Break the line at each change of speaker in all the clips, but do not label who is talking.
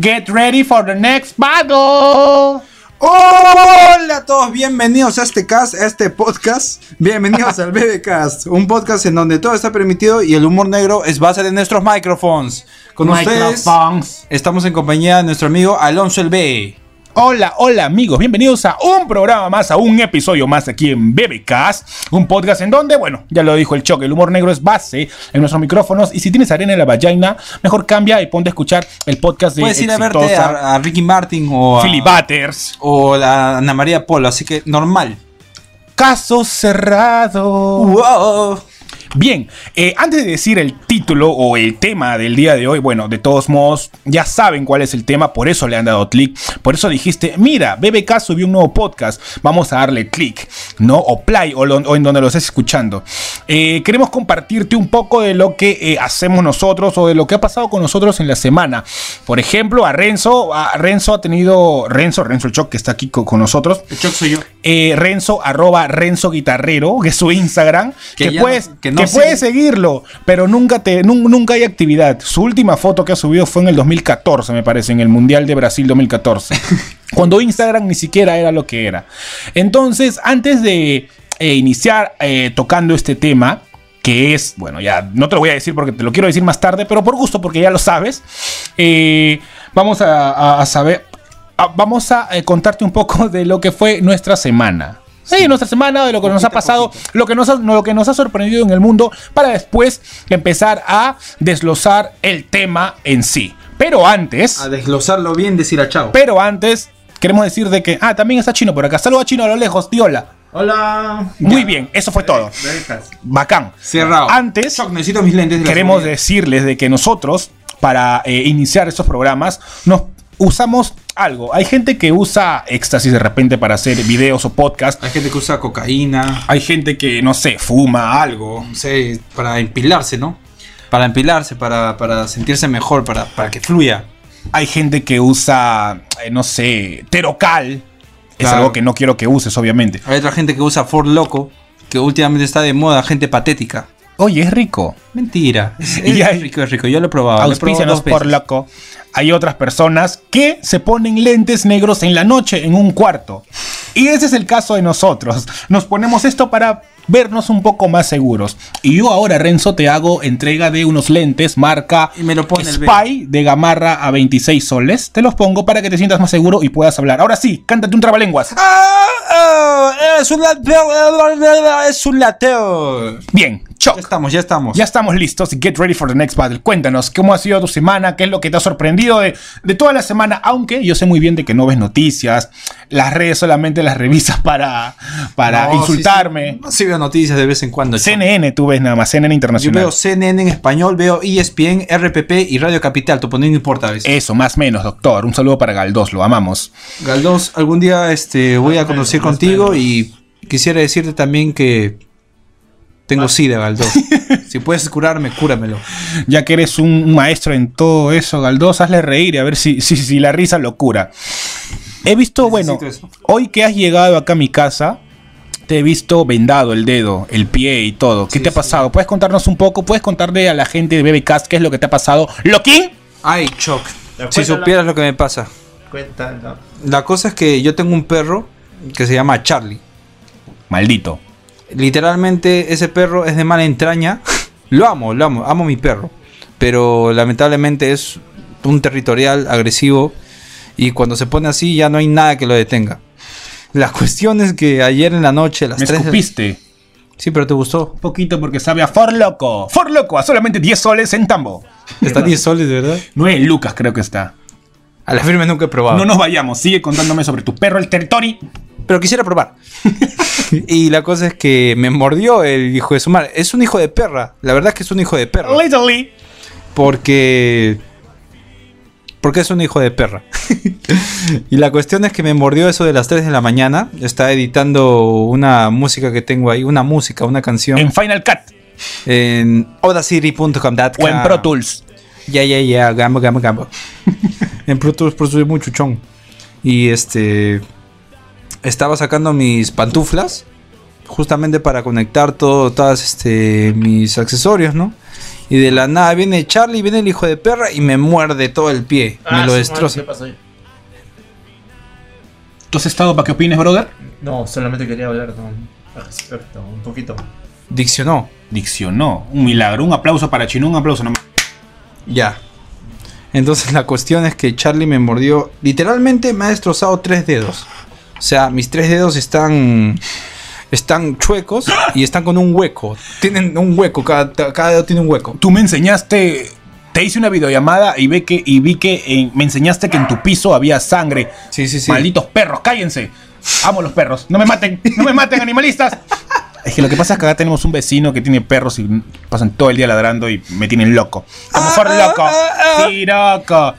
Get ready for the next battle.
Hola a todos, bienvenidos a este cast, a este podcast. Bienvenidos al BBcast, un podcast en donde todo está permitido y el humor negro es base de nuestros micrófonos. Con ustedes
Microphones.
estamos en compañía de nuestro amigo Alonso el B.
Hola, hola amigos, bienvenidos a un programa más, a un episodio más aquí en BBcast, un podcast en donde, bueno, ya lo dijo el choque, el humor negro es base en nuestros micrófonos y si tienes arena en la vagina, mejor cambia y ponte a escuchar el podcast de
Puedes ir a verte
exitosa
a, a Ricky Martin o a,
Philly Butters.
o a Ana María Polo, así que normal.
Caso cerrado.
Wow.
Bien, eh, antes de decir el título o el tema del día de hoy, bueno, de todos modos, ya saben cuál es el tema, por eso le han dado clic, por eso dijiste, mira, BBK subió un nuevo podcast, vamos a darle clic, ¿no? O play, o, lo- o en donde lo estés escuchando. Eh, queremos compartirte un poco de lo que eh, hacemos nosotros o de lo que ha pasado con nosotros en la semana. Por ejemplo, a Renzo, a Renzo ha tenido, Renzo, Renzo el Choc, que está aquí co- con nosotros,
El choc soy yo.
eh, Renzo, arroba Renzo Guitarrero, que es su Instagram,
Que
que,
ya
puedes,
no- que no
que
sé.
puedes seguirlo, pero nunca, te, nun- nunca hay actividad. Su última foto que ha subido fue en el 2014, me parece, en el Mundial de Brasil 2014, cuando Instagram ni siquiera era lo que era. Entonces, antes de eh, iniciar eh, tocando este tema, que es, bueno, ya no te lo voy a decir porque te lo quiero decir más tarde, pero por gusto, porque ya lo sabes, eh, vamos a, a- a saber, a- vamos a eh, contarte un poco de lo que fue nuestra semana. Sí, nuestra semana, de lo que nos ha pasado, lo que nos ha, lo que nos ha sorprendido en el mundo, para después empezar a desglosar el tema en sí. Pero antes...
A desglosarlo bien, decir a chao.
Pero antes, queremos decir de que. Ah, también está Chino por acá. Saludos a Chino a lo lejos, tío. Hola.
Hola.
Muy bien, eso fue todo.
Eh,
Bacán.
Cerrado.
Antes,
Choc, necesito mis lentes. de la
queremos
seguridad.
decirles de que nosotros, para eh, iniciar estos programas, nos usamos algo. Hay gente que usa éxtasis de repente para hacer videos o podcasts.
Hay gente que usa cocaína.
Hay gente que, no sé, fuma algo.
no sé, para empilarse, ¿no? Para empilarse, para, para sentirse mejor, para, para que fluya.
Hay gente que usa, eh, no sé, terocal. Es
Claro.
algo que no quiero que uses, obviamente.
Hay otra gente que usa Ford Loco, que últimamente está de moda, gente patética.
Oye, es rico.
Mentira. Es,
Y
es
hay-
rico, es rico. Yo lo he probado. lo he probado
Auspícianos
Ah, dos veces.
por loco. Hay otras personas que se ponen lentes negros en la noche, en un cuarto. Y ese es el caso de nosotros. Nos ponemos esto para vernos un poco más seguros. Y yo ahora, Renzo, te hago entrega de unos lentes marca
Y me lo pone el
Spy de Gamarra a 26 soles. Te los pongo para que te sientas más seguro y puedas hablar. Ahora sí, cántate un trabalenguas.
¡Ah! ah, es un lateo. Es un lateo.
Bien,
Ya
choc.
estamos, ya estamos.
Ya estamos listos. Get ready for the next battle. Cuéntanos cómo ha sido tu semana, qué es lo que te ha sorprendido de, de toda la semana. Aunque yo sé muy bien de que no ves noticias, las redes solamente las revisas para, para
No, sí,
insultarme.
Sí, sí veo noticias de vez en cuando. chico.
CNN, tú ves nada más, CNN
Yo
Internacional.
veo CNN en español, veo E ESPN, RPP y Radio Capital. Tu no importa a veces.
Eso, más o menos, doctor. Un saludo para Galdós, lo amamos.
Galdós, algún día este, voy a conocer contigo y quisiera decirte también que tengo SIDA, Galdós. si puedes curarme, cúramelo.
Ya que eres un maestro en todo eso, Galdós, hazle reír y a ver si, si, si la risa lo cura. He visto, bueno,
Necesito eso.
hoy que has llegado acá a mi casa, te he visto vendado el dedo, el pie y todo. ¿Qué
Sí,
te ha
sí.
pasado? ¿Puedes contarnos un poco? ¿Puedes contarle a la gente de BBCast qué es lo que te ha pasado? ¡Loquín!
Ay, Choc.
Ya,
Si
cuéntala.
supieras lo que me pasa.
Cuéntalo.
La cosa es que yo tengo un perro que se llama Charlie.
Maldito.
Literalmente ese perro es de mala entraña. Lo amo, lo amo, amo mi perro. Pero lamentablemente es un territorial agresivo y cuando se pone así ya no hay nada que lo detenga. La cuestión es que ayer en la noche, a las
Me
3 de-
escupiste.
Sí, pero te gustó.
Un poquito porque sabe a For Loco. For Loco, a solamente 10 soles en tambo.
Está 10 soles, de verdad.
9 lucas creo que está.
A la firme nunca he probado.
No nos vayamos, sigue contándome sobre tu perro, el territorio.
Pero quisiera probar. y la cosa es que me mordió el hijo de su madre. Es un hijo de perra. La verdad es que es un hijo de perra.
Literally.
Porque. Porque es un hijo de perra. y la cuestión es que me mordió eso de las 3 de la mañana. Está editando una música que tengo ahí, una música, una canción.
En Final Cut
En odacity.com.
o en Pro Tools.
Ya, ya, ya, gambo, gambo, gambo. en Pro Tools produce muy chuchón. Y este. Estaba sacando mis pantuflas. Justamente para conectar todo, todas este, mis accesorios, ¿no? Y Y de la nada viene Charlie, viene el hijo de perra y me muerde todo el pie.
Ah,
me lo destroza.
¿Tú has estado para qué opines, brother?
No, solamente quería hablar con respecto, un poquito.
Diccionó.
Diccionó. Un milagro. Un aplauso para Chino, un aplauso nomás.
Ya. Entonces la cuestión es que Charlie me mordió. Literalmente me ha destrozado tres dedos. O sea, mis tres dedos están. Están chuecos y están con un hueco. Tienen un hueco, cada, cada dedo tiene un hueco.
Tú me enseñaste. Te hice una videollamada y, ve que, y vi que en- me enseñaste que en tu piso había sangre.
Sí, sí, sí.
Malditos perros, cállense. Amo los perros. No me maten, no me maten, animalistas. Es que lo que pasa es que acá tenemos un vecino que tiene perros y pasan todo el día ladrando y me tienen loco. Como for loco. Sí, loco.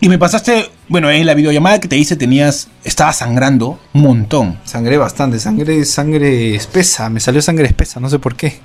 Y me pasaste, bueno, en la videollamada que te hice tenías, estaba sangrando un montón.
Sangré bastante, sangre, sangre espesa. Me salió sangre espesa, no sé por qué.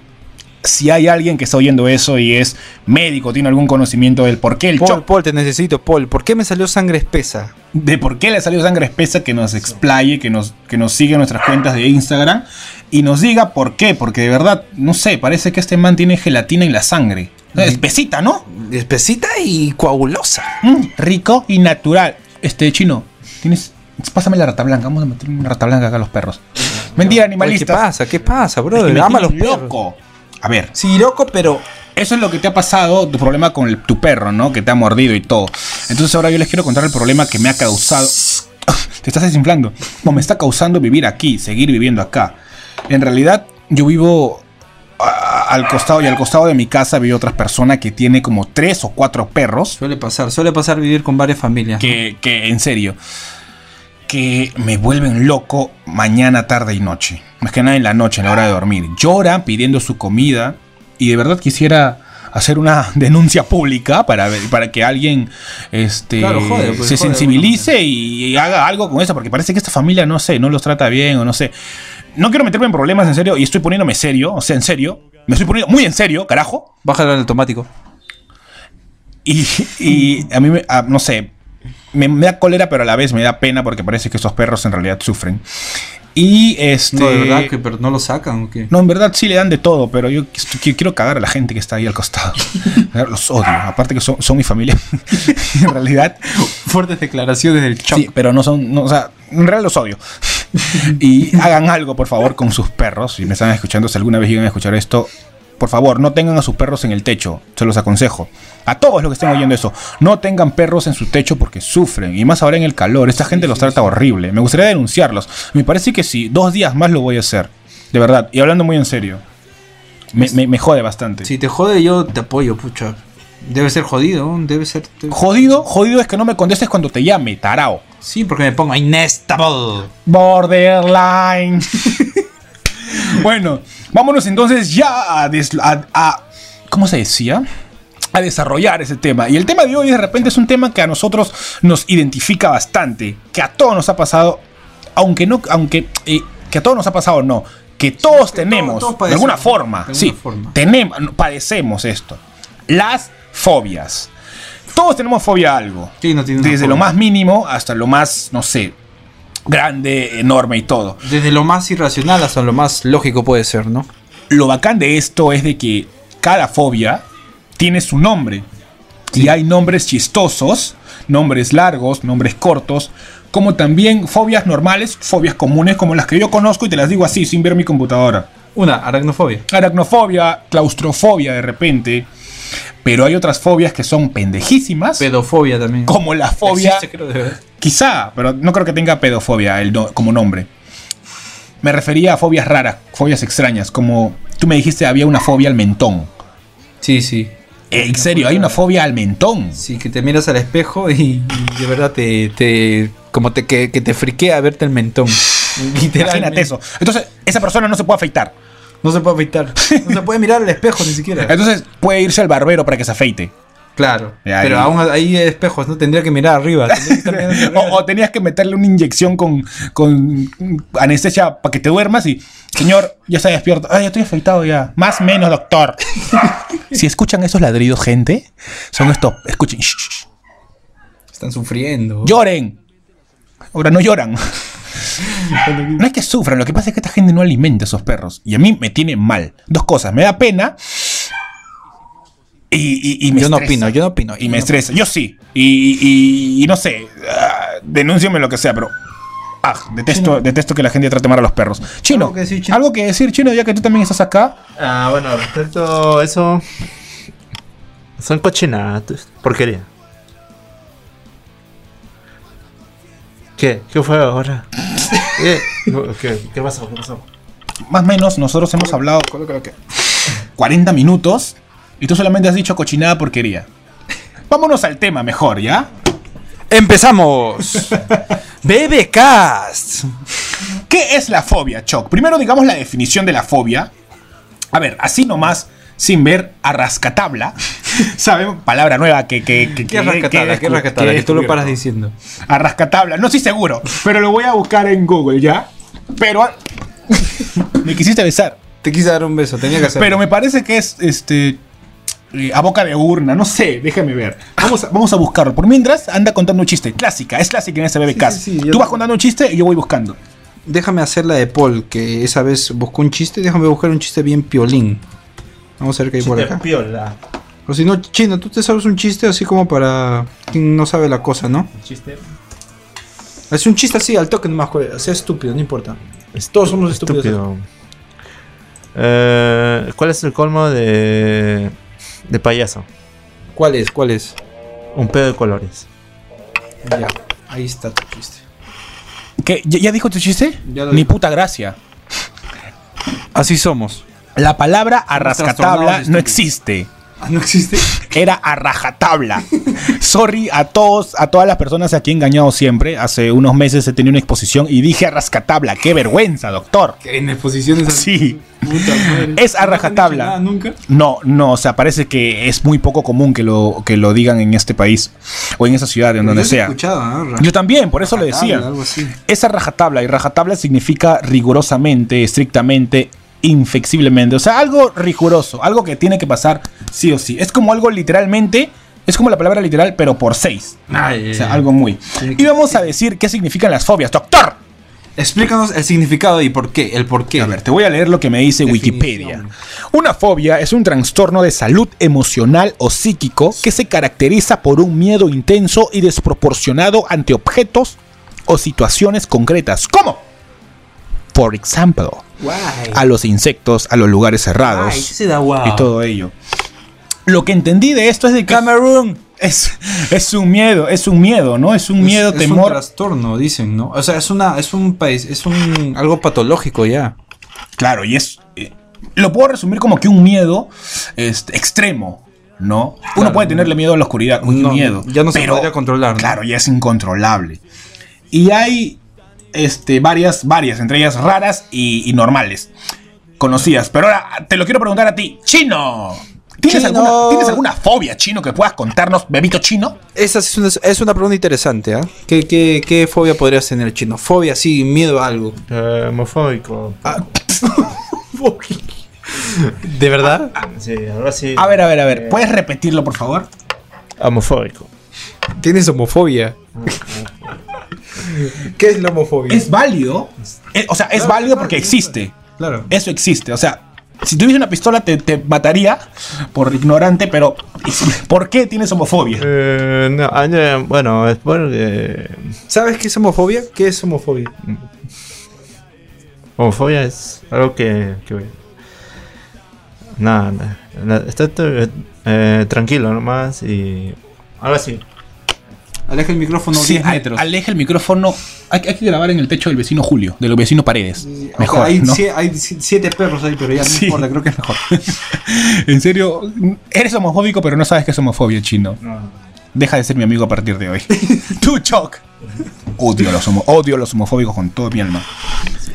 Si hay alguien que está oyendo eso y es médico, tiene algún conocimiento del por qué el
Paul,
choc,
Paul, te necesito, Paul. ¿Por qué me salió sangre espesa?
de por qué le salió sangre espesa, que nos explaye, que nos, que nos siga en nuestras cuentas de Instagram y nos diga por qué, porque de verdad, no sé, parece que este man tiene gelatina en la sangre. Espesita, ¿no?
Espesita y coagulosa.
Mm, rico y natural. Este chino, tienes. Pásame la rata blanca, vamos a meter una rata blanca acá a los perros. Mentira,
Oye, ¿Qué
animalistas.
pasa? ¿Qué pasa,
Es que
brother?
me
Ama a los
tienes
perros.
loco. A ver,
Sí, loco, pero
eso es lo que te ha pasado, tu problema con el- tu perro, ¿no? Que te ha mordido y todo. Entonces ahora yo les quiero contar el problema que me ha causado. Te estás desinflando. No, me está causando vivir aquí, seguir viviendo acá. En realidad, yo vivo ah, al costado y al costado de mi casa vive otra persona que tiene como tres o cuatro perros.
Suele pasar, suele pasar vivir con varias familias.
que, que, en serio, que me vuelven loco mañana, tarde y noche. Más que nada en la noche, en la hora de dormir. Lloran pidiendo su comida y de verdad quisiera hacer una denuncia pública para, ver- para que alguien este,
Claro, jode, pues,
se
jode de
sensibilice y, y haga algo con eso, porque parece que esta familia, no sé, no los trata bien o no sé. No quiero meterme en problemas, en serio, y estoy poniéndome serio, o sea, en serio. Me estoy poniendo muy en serio, carajo.
Bájalo al automático.
Y, y a mí, me- a- no sé, me, me da cólera, pero a la vez me da pena porque parece que estos perros en realidad sufren. Y este.
No, de verdad, que pero no lo sacan. ¿o qué?
no, en verdad sí le dan de todo, pero yo qui- qui- quiero cagar a la gente que está ahí al costado. Los odio. Aparte que son, son mi familia. en realidad.
Fuertes declaraciones del chavo.
Sí, pero no son. no, o sea, en realidad los odio. y hagan algo, por favor, con sus perros. Si me están escuchando, si alguna vez llegan a escuchar esto, por favor, no tengan a sus perros en el techo. Se los aconsejo. A todos los que estén oyendo eso, no tengan perros en su techo porque sufren. Y más ahora en el calor. Esta gente los trata horrible. Me gustaría denunciarlos. Me parece que sí. Dos días más lo voy a hacer. De verdad. Y hablando muy en serio. Me, me- me jode bastante.
Si te jode, yo te apoyo, pucha. Debe ser jodido, ¿no? debe ser. debe-
Jodido, jodido es que no me contestes cuando te llame, tarao.
Sí, porque me pongo inestable.
Borderline. bueno, vámonos entonces ya a, des- a- a- ¿Cómo se decía? A desarrollar ese tema. Y el tema de hoy de repente es un tema que a nosotros nos identifica bastante. Que a todos nos ha pasado. Aunque no. Aunque. eh, que a todos nos ha pasado, no. Que todos
que
tenemos.
todos- todos
de
padecemos,
alguna forma.
de alguna
sí.
forma.
Tenemos, padecemos esto. Las fobias. Todos tenemos fobia a algo.
Sí, no tiene una
Desde
fobia.
lo más mínimo hasta lo más, no sé, grande, enorme y todo.
Desde lo más irracional hasta lo más lógico puede ser, ¿no?
Lo bacán de esto es de que cada fobia tiene su nombre. Y hay nombres chistosos, nombres largos, nombres cortos, como también fobias normales, fobias comunes como las que yo conozco y te las digo así, sin ver mi computadora.
Una, aracnofobia.
Aracnofobia, claustrofobia de repente. Pero hay otras fobias que son pendejísimas,
Pedofobia también.
como la fobia...
Existe, creo, de verdad.
Quizá, pero no creo que tenga pedofobia el no- como nombre. Me refería a fobias raras, fobias extrañas, como tú me dijiste había una fobia al mentón.
Sí, sí.
Eh, En serio, hay una fobia al mentón.
Sí, que te miras al espejo y, y de verdad te. te como te, que, que te friquea verte el mentón.
Imagínate eso. Entonces, esa persona no se puede afeitar.
No se puede afeitar. No se puede mirar al espejo ni siquiera.
Entonces, puede irse al barbero para que se afeite.
Claro.
Ya,
pero
ahí.
aún ahí hay espejos, ¿no? Tendría que mirar arriba. tendría que estar mirando hacia
O,
arriba.
o tenías que meterle una inyección con, con anestesia para que te duermas y, señor, ya está despierto. Ay, ya estoy afeitado ya. Más menos, doctor. si escuchan esos ladridos, gente, son estos. Escuchen. Shh, shh, shh.
Están sufriendo.
¡Lloren! Ahora no lloran. No es que sufran, lo que pasa es que esta gente no alimenta a esos perros. Y a mí me tiene mal. Dos cosas, me da pena Y, y- y me
yo no
estresa.
opino, yo no opino.
Y me estresa. Yo sí. Y, y- y no sé. ah, denúnciame lo que sea, pero. Ah, detesto, detesto que la gente trate mal a los perros. Chino,
¿Algo que decir, Chino?
algo que decir, Chino, ya que tú también estás acá.
Ah, bueno, respecto a eso. Son cochinadas, pues, porquería. ¿Qué? ¿Qué fue ahora? ¿Qué? ¿Qué, qué pasó? ¿Qué pasó?
Más o menos, nosotros hemos hablado. creo que 40 minutos. Y tú solamente has dicho cochinada porquería. Vámonos al tema mejor, ¿ya?
¡Empezamos! ¡Bebecast!
¿Qué es la fobia, Choc? Primero digamos la definición de la fobia. A ver, así nomás, sin ver a rascatabla. Sabemos, palabra nueva que... que, que,
¿Qué
que-
rescatada?
que-
¿Qué rescatada? Que tú lo
descubierto.
paras diciendo.
A rascatabla, no estoy seguro, pero lo voy a buscar en Google, ¿ya? Pero... a- me quisiste besar.
Te quise dar un beso, tenía que hacerlo.
Pero me parece que es, este... eh, A boca de urna, no sé, déjame ver. Vamos a, vamos a buscarlo. Por mientras, anda contando un chiste. Clásica, es clásica en ese bebé
sí, yo-
Tú vas contando un chiste y yo voy buscando.
Déjame hacer la de Paul, que esa vez buscó un chiste. Déjame buscar un chiste bien piolín. Vamos a ver qué hay por
Chiste
acá.
piola.
O si no, Chino, tú te sabes un chiste así como para quien no sabe la cosa, ¿no?
Chiste
Es un chiste así, al toque nomás, joder, sea estúpido, no importa. Todos somos estúpidos.
estúpido. Eh, ¿Cuál es el colmo de, de payaso?
¿Cuál es? ¿Cuál es?
Un pedo de colores.
Ya, ahí está tu chiste.
¿Qué? ¿Ya, ya dijo tu chiste?
Ya lo
Ni
dijo.
puta gracia.
Así somos. este.
La palabra
trastornados
arrascatabla
estúpidos.
no existe.
Ah, no existe.
Era arrajatabla. Sorry a todos, a todas las personas a quien he engañado siempre. Hace unos meses he tenido una exposición y dije arrascatabla. ¡Qué vergüenza, doctor!
Que en exposiciones así.
Sí.
Puta madre.
Es a rajatabla.
No han dicho nada nunca.
No, no, o sea, parece que es muy poco común que lo, que lo digan en este país o en esa ciudad, en donde
Yo sí he
sea.
escuchado, ¿no?
Yo también, por eso lo decía.
Rajatabla, algo así.
Esa rajatabla, y rajatabla significa rigurosamente, estrictamente, inflexiblemente. O sea, algo riguroso, algo que tiene que pasar sí o sí. Es como algo literalmente, es como la palabra literal, pero por seis. O sea, algo muy.
Tiene que-
Y vamos a decir qué significan las fobias, doctor.
Explícanos el significado y por qué. El por qué.
A ver, te voy a leer lo que me dice
Definición.
Wikipedia. Una fobia es un trastorno de salud emocional o psíquico que se caracteriza por un miedo intenso y desproporcionado ante objetos o situaciones concretas, como, por ejemplo,
Guay.
a los insectos, a los lugares
Ay,
cerrados
se da guau.
y todo ello. Lo que entendí de esto es de que
Camerún.
es, es un miedo, es un miedo, ¿no? Es un miedo,
es, Es un
temor.
trastorno, dicen, ¿no? O sea, es una, es un país, es un algo patológico ya.
Claro, y es. eh, Lo puedo resumir como que un miedo este, extremo, ¿no? Uno
Claro.
puede tenerle miedo a la oscuridad, un
No,
miedo.
ya no se podría controlar, ¿no?
Claro, ya es incontrolable. Y hay este, varias, varias, entre ellas raras y, y normales, conocidas. Pero ahora te lo quiero preguntar a ti, Chino. ¿Tienes,
Chino.
Alguna, ¿Tienes alguna fobia, Chino, que puedas contarnos, bebito chino?
Esa es una, es una pregunta interesante, ¿ah? ¿Qué, qué, qué fobia podrías tener, chino? Fobia, sí, miedo a algo.
Eh, homofóbico.
¿De verdad?
Sí, algo así.
A ver, a ver, a ver. ¿Puedes repetirlo, por favor?
Homofóbico.
Tienes homofobia. ¿Qué es la homofobia?
Es válido. eh, o sea, es
Claro,
válido
claro,
porque
claro.
existe.
claro.
Eso existe, o sea, si tuviese una pistola te, te mataría por ignorante, pero ¿por qué tienes homofobia?
Eh, no, ah, no, bueno, es porque.
¿Sabes qué es homofobia? ¿Qué es homofobia?
Homofobia es algo que. que- nada, nada, nada, Está eh, eh, tranquilo nomás y. Algo así.
Aleja el micrófono
Sí,
10 metros.
a- aleja el micrófono. Hay, hay que grabar en el techo del vecino Julio, del vecino Paredes.
O
Mejor,
sea, hay,
¿no?
sie- hay si- siete perros ahí, pero ya no
Sí.
importa, creo que es mejor.
En serio, eres homofóbico, pero no sabes que es homofobia, chino. Deja de ser mi amigo a partir de hoy. Tú, Choc. Odio a, los homo- odio a los homofóbicos con todo mi alma.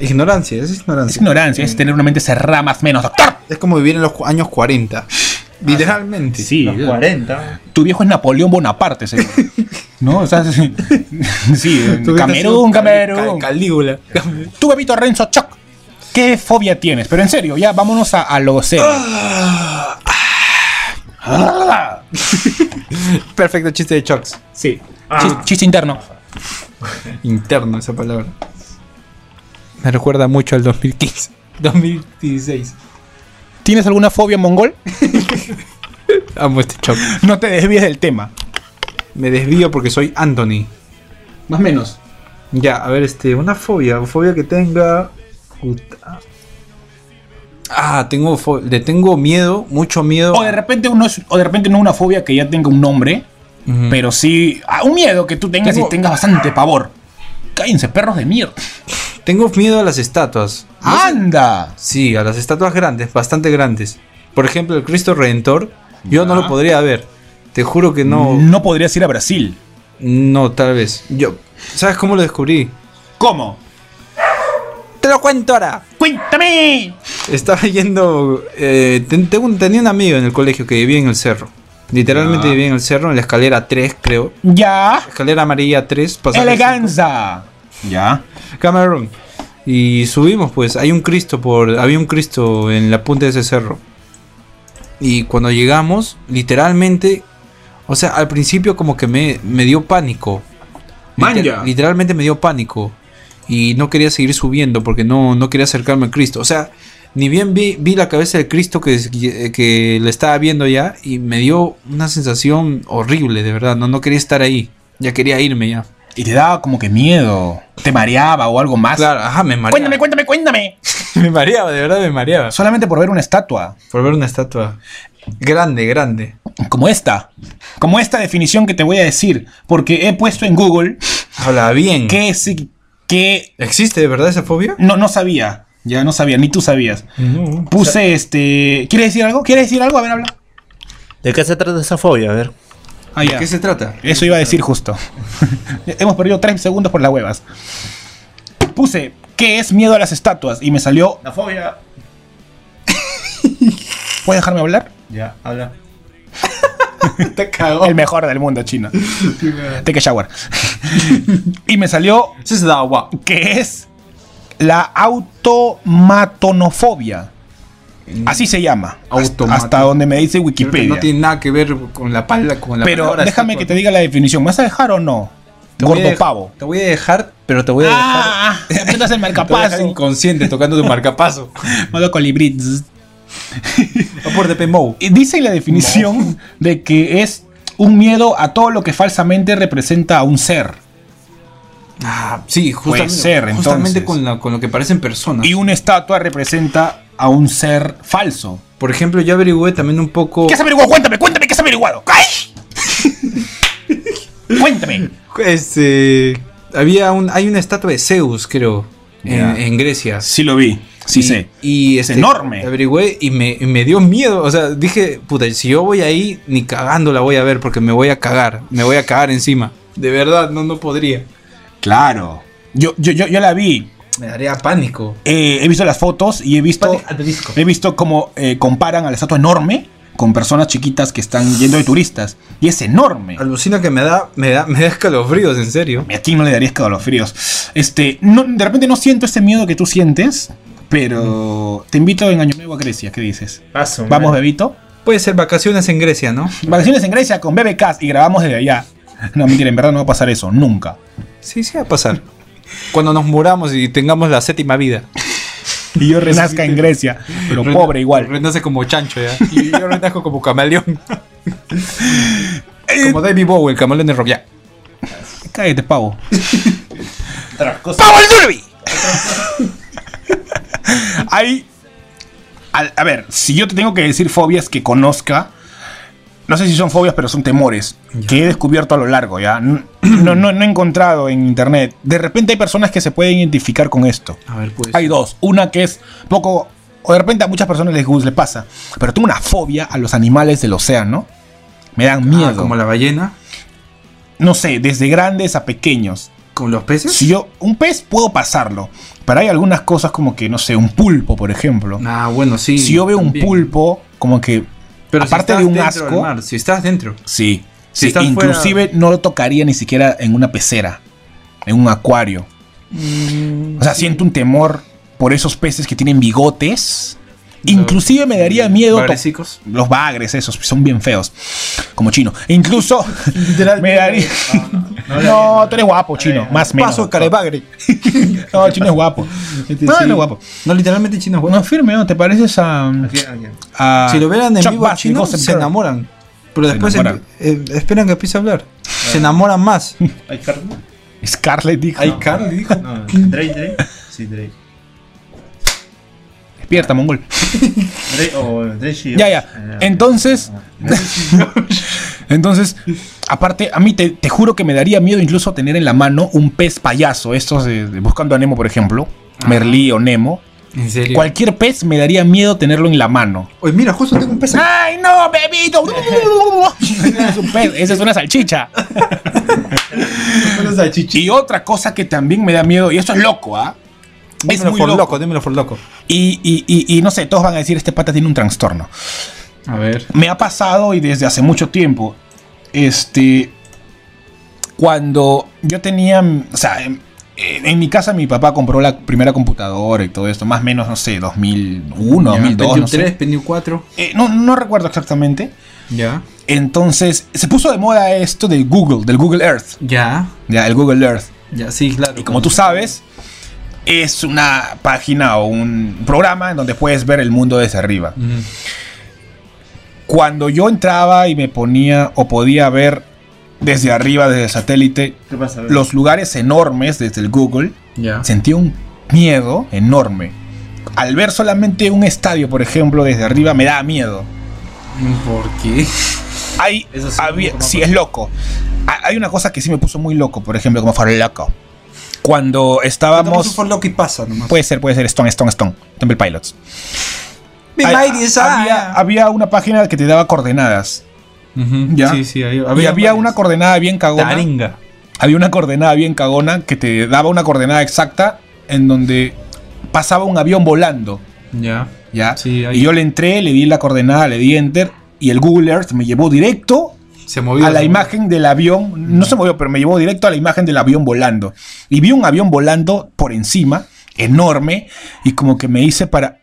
Ignorancia, es
Es
ignorancia.
ignorancia, es tener una mente cerrada más menos, doctor.
Es como vivir en los cu- años 40. Literalmente.
Los 40.
Tu viejo es Napoleón Bonaparte, seguro. ¿No? O sea, sí. sí,
Tú hubieras sido
Camerún,
Cal-
Camerún.
Cal- Calígula.
Tú, bebito Renzo Choc, ¿qué fobia tienes? Pero en serio, ya vámonos a, a lo serio.
Ah. Perfecto chiste de Chucks.
Sí.
Ah.
Chis- Chiste interno.
Interno esa palabra. Me recuerda mucho al 2015. 2016.
¿Tienes alguna fobia mongol?
Amo este choque.
No te desvíes del tema.
Me desvío porque soy Anthony.
Más o menos.
Ya, a ver, este, una fobia, fobia que tenga. Puta. Ah, tengo fo- le tengo miedo, mucho miedo.
O de repente uno es- o de repente no una fobia que ya tenga un nombre,
Ujú.
pero sí ah, un miedo que tú tengas
Mm. Tengo- Ah.
y tengas bastante pavor. Cállense, perros de mierda.
Tengo miedo a las estatuas.
¡Anda!
Sí, a las estatuas grandes, bastante grandes. Por ejemplo, el Cristo Redentor, yo no
Ya.
lo podría ver. Te juro que no.
No podrías ir a Brasil.
No, tal vez. Yo, ¿sabes cómo lo descubrí?
¿Cómo?
Te lo cuento ahora.
¡Cuéntame!
Estaba yendo. eh, ten- tengo un- tenía un amigo en el colegio que vivía en el cerro. Literalmente
Ya.
vivía en el cerro, en la escalera 3, creo.
Ya.
Escalera amarilla 3, pasaje
Eleganza. Ya.
cinco, Cameron. Y subimos, pues. Hay un Cristo por. Había un Cristo en la punta de ese cerro. Y cuando llegamos, literalmente. O sea, al principio como que me, me dio pánico.
Manja.
Liter- literalmente me dio pánico. Y no quería seguir subiendo porque no, no quería acercarme al Cristo. O sea, ni bien vi, vi la cabeza del Cristo que, es- que que le estaba viendo ya. Y me dio una sensación horrible, de verdad. No, no quería estar ahí. Ya quería irme ya.
Y te daba como que miedo. Te mareaba o algo más.
Claro, ajá, me mareaba.
Cuéntame, cuéntame, cuéntame.
me mareaba, de verdad me mareaba.
Solamente por ver una estatua.
Por ver una estatua grande, grande.
Como esta. Como esta definición que te voy a decir. Porque he puesto en Google
Habla bien.
que, si- que
¿Existe de verdad esa fobia?
no, no sabía. Ya no sabía, ni tú sabías.
No.
Puse este. ¿Quieres decir algo? ¿Quieres decir algo? A ver, habla.
¿De qué se trata esa fobia? A ver.
Ah, ya.
¿Qué se trata?
Eso iba a decir justo. Hemos perdido tres segundos por las huevas. Puse, ¿qué es miedo a las estatuas? Y me salió,
La fobia.
¿puedes dejarme hablar?
Ya, habla.
Te cagó.
El mejor del mundo, chino. Take a shower. y me salió,
Eso es de agua.
¿qué es la automatonofobia? Así se llama. Hasta,
Automato-
hasta donde me dice
Mm. Creo que
Wikipedia.
No tiene nada que ver con la palabra. Con la
Pero
palabra
déjame
estatua.
que te diga la definición. ¿Me vas a dejar o no?
Te voy a
Gordo
dej-
pavo.
Te voy a dejar, pero te voy a dejar.
Ah, apretas el
te voy a dejar
marcapaso.
inconsciente tocando tu marcapaso.
Modo colibrí.
Va por DP Mou.
Y Dice la definición de que es un miedo a todo lo que falsamente representa a un ser.
Ah, sí,
Puede
justamente,
ser,
justamente
entonces.
con, la- con lo que parecen personas.
Y una estatua representa a un ser falso.
por ejemplo, yo averigüé también un poco.
¿Qué has averiguado? Cuéntame, cuéntame, ¿qué has averiguado? ¡Ay! cuéntame.
Este, había un, hay una estatua de Zeus, creo, en,
Ya.
en Grecia.
Sí lo vi, sí
Y-
sé.
Y
Es
este,
enorme.
Averigüé y me, y me dio miedo. O sea, dije, puta, si yo voy ahí, ni cagando la voy a ver porque me voy a cagar. Me voy a cagar encima. De verdad, no, no podría.
Claro. Yo, yo, yo, yo la vi.
Me daría pánico.
Eh, he visto las fotos y he visto,
Pánico al disco.
he visto cómo eh, comparan a la estatua enorme con personas chiquitas que están yendo de turistas. Y es enorme.
Alucina que me da, me da, me da escalofríos, en serio.
¿A quién no le daría escalofríos? Este, no, de repente no siento ese miedo que tú sientes, pero te invito en Año Nuevo a Grecia, ¿qué dices?
Paso,
Vamos,
man.
bebito.
Puede ser vacaciones en Grecia, ¿no?
Vacaciones en Grecia con BBK y grabamos desde allá. No, mentira, en verdad no va a pasar eso, nunca.
Sí, sí va a pasar. Cuando nos muramos y tengamos la séptima vida.
Y yo renazca en Grecia, pero
Ren-
pobre igual.
Renace como chancho, ¿ya? Y yo renazco como camaleón. como David Bowie, el camaleón de Rock, ya.
Cállate, pavo.
¡Pavo el Derby!
Hay. al- a ver, si yo te tengo que decir fobias que conozca, no sé si son fobias, pero son temores que he descubierto a lo largo, ¿ya? N- No, no, no he encontrado en internet. De repente hay personas que se pueden identificar con esto.
A ver, pues.
Hay dos. Una que es poco. O de repente a muchas personas les gusta, les pasa. Pero tengo una fobia a los animales del océano. Me dan miedo.
Ah, como la ballena,
No sé, desde grandes a pequeños.
con los peces.
Si yo. Un pez puedo pasarlo. Pero hay algunas cosas como que, no sé, un pulpo, por ejemplo.
Ah, bueno, sí.
si yo veo
también.
un pulpo, como que.
Pero si
aparte
estás
de un
dentro del
asco.
mar, si estás dentro.
Sí.
Si
sí,
estás fuera-
inclusive no lo tocaría ni siquiera en una pecera, en un acuario.
Mm,
O sea, siento un temor por esos peces que tienen bigotes. Inclusive me
eh,
daría miedo to-
Pobrecicos.
los bagres esos, son bien feos, como chino. E incluso me daría... No, tú eres guapo, chino, más o menos.
Paso carebagre.
No, el chino es guapo. Este, No, él es guapo.
No, literalmente chino es bueno.
No, firme, ¿no? ¿Te pareces a...
Aquí, aquí.
a
Si lo vieran en
Chuck
vivo a
Bass de
chino,
Gossip
se
Girl?
enamoran. Pero después
Se enamoran. Ah.
em- eh, esperan que empiece a hablar. Se enamoran más.
¿Hay Carly?
Scarlett dijo:
Ay, Carly dijo.
No, Drake, Drake. Sí, Drake.
Despierta, mongol.
Drake o Drake Eh, Shields.
Ya, ya. Entonces, entonces, aparte, a mí te, te juro que me daría miedo incluso tener en la mano un pez payaso. Estos de, de Buscando a Nemo, por ejemplo. Merlí o Nemo.
En serio.
Cualquier pez me daría miedo tenerlo en la mano.
Oye, mira, justo tengo un pez. aquí.
¡Ay, no, bebito! es un pez, esa es una salchicha. Y otra cosa que también me da miedo, y eso es loco, ¿ah? Es
Dímelo
muy
por
loco.
loco. dímelo por loco.
Y, y- y- y no sé, todos van a decir, este pata tiene un trastorno.
A ver.
Me ha pasado y desde hace mucho tiempo, este, cuando yo tenía, o sea, en, en- en mi casa mi papá compró la primera computadora y todo esto, más o menos, no sé, 2001, 2002, no sé.
3, 4.
Eh, no, no recuerdo exactamente.
Ya.
Entonces, se puso de moda esto de Google, del Google Earth.
Ya.
Ya, el Google Earth.
Ya, sí, claro.
Y como tú sabes, es una página o un programa en donde puedes ver el mundo desde arriba.
Mm.
Cuando yo entraba y me ponía o podía ver desde arriba, desde el satélite,
¿Qué pasa?
los lugares enormes desde el Google,
Ya.
sentía un miedo enorme. Al ver solamente un estadio, por ejemplo, desde arriba, me da miedo.
Mm,
¿Por qué?
Hay,
Eso sí,
había-
como-
sí, es loco. Ha- Hay una cosa que sí me puso muy loco, por ejemplo, como fue loco. Cuando
Vamos.
estábamos...
por loco y pasa nomás.
Puede ser, puede ser Stone, Stone, Stone, Temple Pilots.
Mi
Hay-
mighty is
había,
high.
había una página que te daba coordenadas.
ah, Ujú,
Ya.
Sí, sí, había,
y había una
varias.
coordenada bien cagona.
Taringa.
Había una coordenada bien cagona que te daba una coordenada exacta en donde pasaba un avión volando.
Ya.
¿ya?
Sí, ahí.
Y yo le entré, le di la coordenada, le di enter y el Google Earth me llevó directo
Se movió.
a la
se movió.
imagen del avión, no se movió, pero me llevó directo a la imagen del avión volando. Y vi un avión volando por encima, enorme, y como que me hice para...